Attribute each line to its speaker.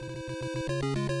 Speaker 1: Música